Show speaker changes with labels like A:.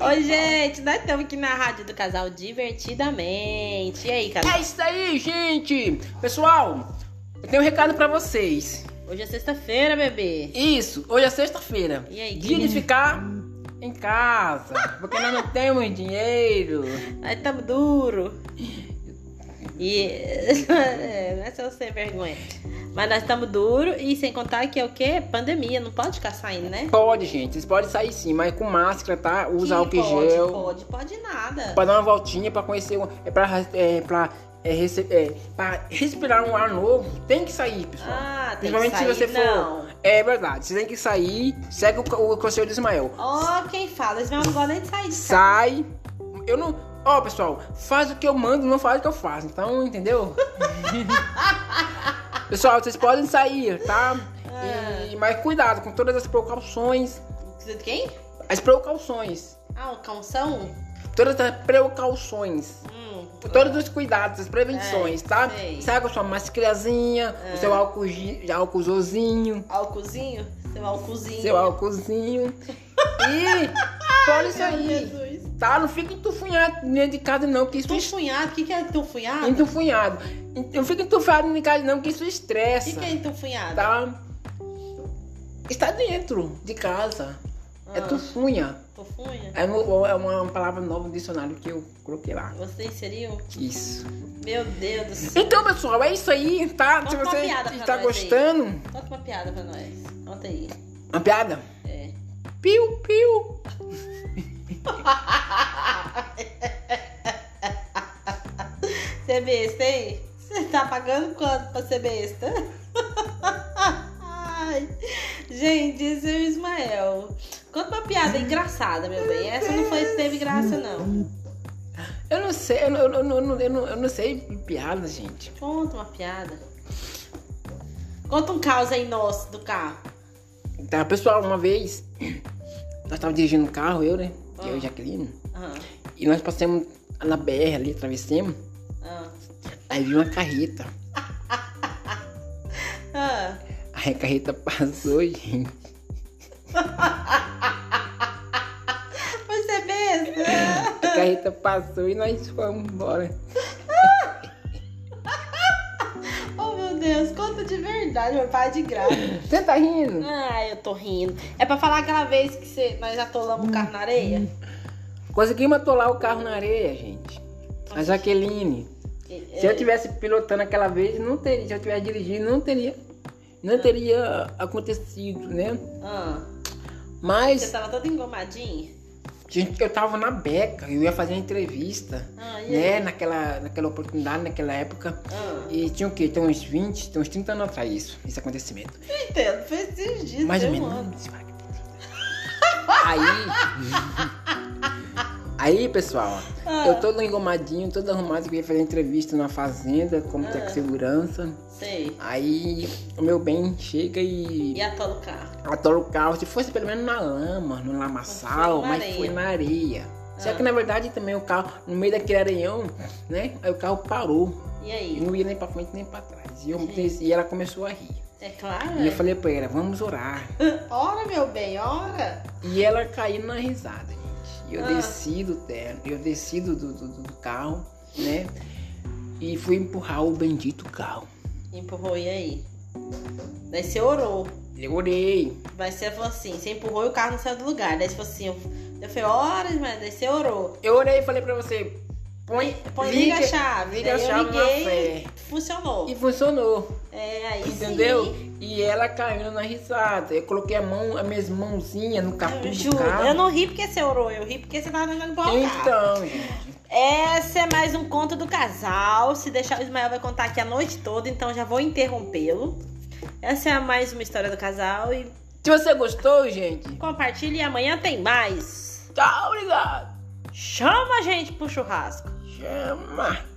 A: Oi, gente, nós estamos aqui na Rádio do Casal Divertidamente. E aí,
B: É
A: casal?
B: isso aí, gente! Pessoal, eu tenho um recado pra vocês.
A: Hoje é sexta-feira, bebê.
B: Isso, hoje é sexta-feira.
A: E aí,
B: Dia de
A: Guilherme?
B: ficar em casa, porque nós não temos dinheiro.
A: Nós estamos duro. E é, não é só sem vergonha. Mas nós estamos duro e sem contar que é o quê? Pandemia, não pode ficar saindo, né?
B: Pode, gente, vocês podem sair sim, mas com máscara, tá? Usa álcool
A: Que
B: em
A: pode,
B: gel.
A: Pode, pode nada.
B: Pra dar uma voltinha, pra conhecer, um- é pra, é, pra, é, rece- é, pra respirar um ar novo, tem que sair, pessoal.
A: Ah, tem que
B: Principalmente
A: sair,
B: se você for.
A: não.
B: É verdade, você tem que sair, segue o, o conselho do Ismael.
A: Ó, quem fala, eles não gostam nem de sair de casa.
B: Sai. Eu não. Ó, pessoal, faz o que eu mando, não faz o que eu faço. Então, entendeu? pessoal, vocês podem sair, tá?
A: Ah.
B: E, mas cuidado com todas as precauções.
A: Precisa de é quem?
B: As precauções.
A: Ah, o calção?
B: Todas as precauções.
A: Hum,
B: Todos os cuidados, as prevenções, tá?
A: É, sei. Ah.
B: Sai com a sua mascarazinha, o seu álcool, gi- álcool zozinho.
A: álcoolzinho? Seu álcoolzinho.
B: seu álcoolzinho. e fora isso
A: Meu
B: aí,
A: Jesus.
B: tá? Não fica entufunhado dentro de casa não, que isso es-
A: Entufunhado? O que, que é entufunhado?
B: Então, entufunhado. Não fica entufado dentro de casa não, que isso
A: O que,
B: estressa,
A: que é entufunhado?
B: tá? Está dentro de casa. É
A: Ah.
B: tufunha.
A: Tufunha?
B: É uma, é uma palavra nova no dicionário que eu coloquei lá.
A: Você inseriu?
B: Isso.
A: Meu Deus do céu.
B: Então, pessoal, é isso aí, tá?
A: Conta
B: Se
A: uma
B: você
A: piada pra
B: está
A: nós aí.
B: gostando,
A: Conta uma piada pra nós. Conta aí.
B: uma piada?
A: É.
B: Piu, piu.
A: Você é besta, hein? Você tá pagando quanto pra ser besta? Ai. Gente, esse é o Ismael. Conta uma piada engraçada, meu bem. Essa não foi teve graça, não.
B: Eu não sei, eu, não- eu, não- eu, não- eu, não- eu não sei piada, gente.
A: Conta uma piada. Conta um caos aí nosso do carro.
B: Tá, pessoal, uma vez, nós tava dirigindo um carro, eu, né? Eu
A: Ah.
B: e a Jaqueline.
A: Aham.
B: E nós passamos na BR ali, atravessamos.
A: Ah.
B: Aí viu uma carreta.
A: Ah.
B: Aí a carreta passou, gente.
A: Você é besta?
B: A carreta passou e nós fomos embora.
A: Oh, meu Deus. Conta de verdade, meu pai é de graça.
B: Você tá rindo?
A: Ai, eu tô rindo. É pra falar aquela vez que você, nós atolamos o carro na areia?
B: Conseguimos atolar o carro na areia, gente. A Jaqueline.
A: Hum.
B: Se eu tivesse pilotando aquela vez, não teria. Se eu tivesse dirigindo, não teria. Não teria acontecido, né?
A: Ah,
B: Mas.
A: você tava toda engomadinha?
B: Gente, eu tava na beca, eu ia fazer uma entrevista,
A: Ah, e aí?
B: né? Naquela, naquela oportunidade, naquela época.
A: Ah,
B: E tinha o quê? Tem uns 20, tem uns 30 anos atrás isso, esse acontecimento.
A: eu entendo, foi esses dias,
B: Mais ou
A: tem um
B: menos.
A: ano.
B: Aí. Aí, pessoal,
A: Ah.
B: eu todo engomadinho, todo arrumado, que eu ia fazer entrevista na fazenda, como tem
A: Ah.
B: que segurança.
A: Sei.
B: Aí o meu bem chega e
A: E atola o carro?
B: atola o carro. Se fosse pelo menos na lama, no lamaçal,
A: Mas foi na areia.
B: mas foi na areia. Só
A: Ah.
B: que na verdade também o carro, no meio daquele areião, né? Aí o carro parou.
A: E
B: E
A: aí?
B: não ia nem pra frente nem pra trás. E, eu- e ela começou a rir.
A: É claro?
B: E eu
A: né?
B: falei pra ela, vamos orar.
A: Ora, meu bem, ora.
B: E ela caiu na risada, gente. E eu
A: Ah.
B: desci do terno, eu desci do, do, do- do carro, né? E fui empurrar o bendito carro.
A: Empurrou, e aí? Daí você orou.
B: Eu orei.
A: Mas você falou assim, você empurrou e o carro não saiu do lugar. Daí você falou assim, eu, eu falei, ora, mas daí você orou.
B: Eu orei e falei pra você, põe,
A: Põe,
B: liga,
A: liga, a chave.
B: liga a
A: Daí eu
B: chave na
A: liguei
B: fé.
A: e funcionou.
B: E funcionou.
A: É, aí
B: Entendeu?
A: sim.
B: E ela caiu na risada. Eu coloquei a mão, as minhas mãozinhas no capô
A: Eu
B: do
A: juro,
B: carro.
A: eu não ri porque você orou, eu ri porque você tava tentando colocar.
B: Então, gente.
A: Essa é mais um conto do casal. Se deixar, o Ismael vai contar aqui a noite toda, então já vou interrompê-lo. Essa é mais uma história do casal e
B: Se você gostou, gente,
A: compartilhe e amanhã tem mais.
B: tchau, obrigado.
A: Chama a gente pro churrasco.
B: Chama.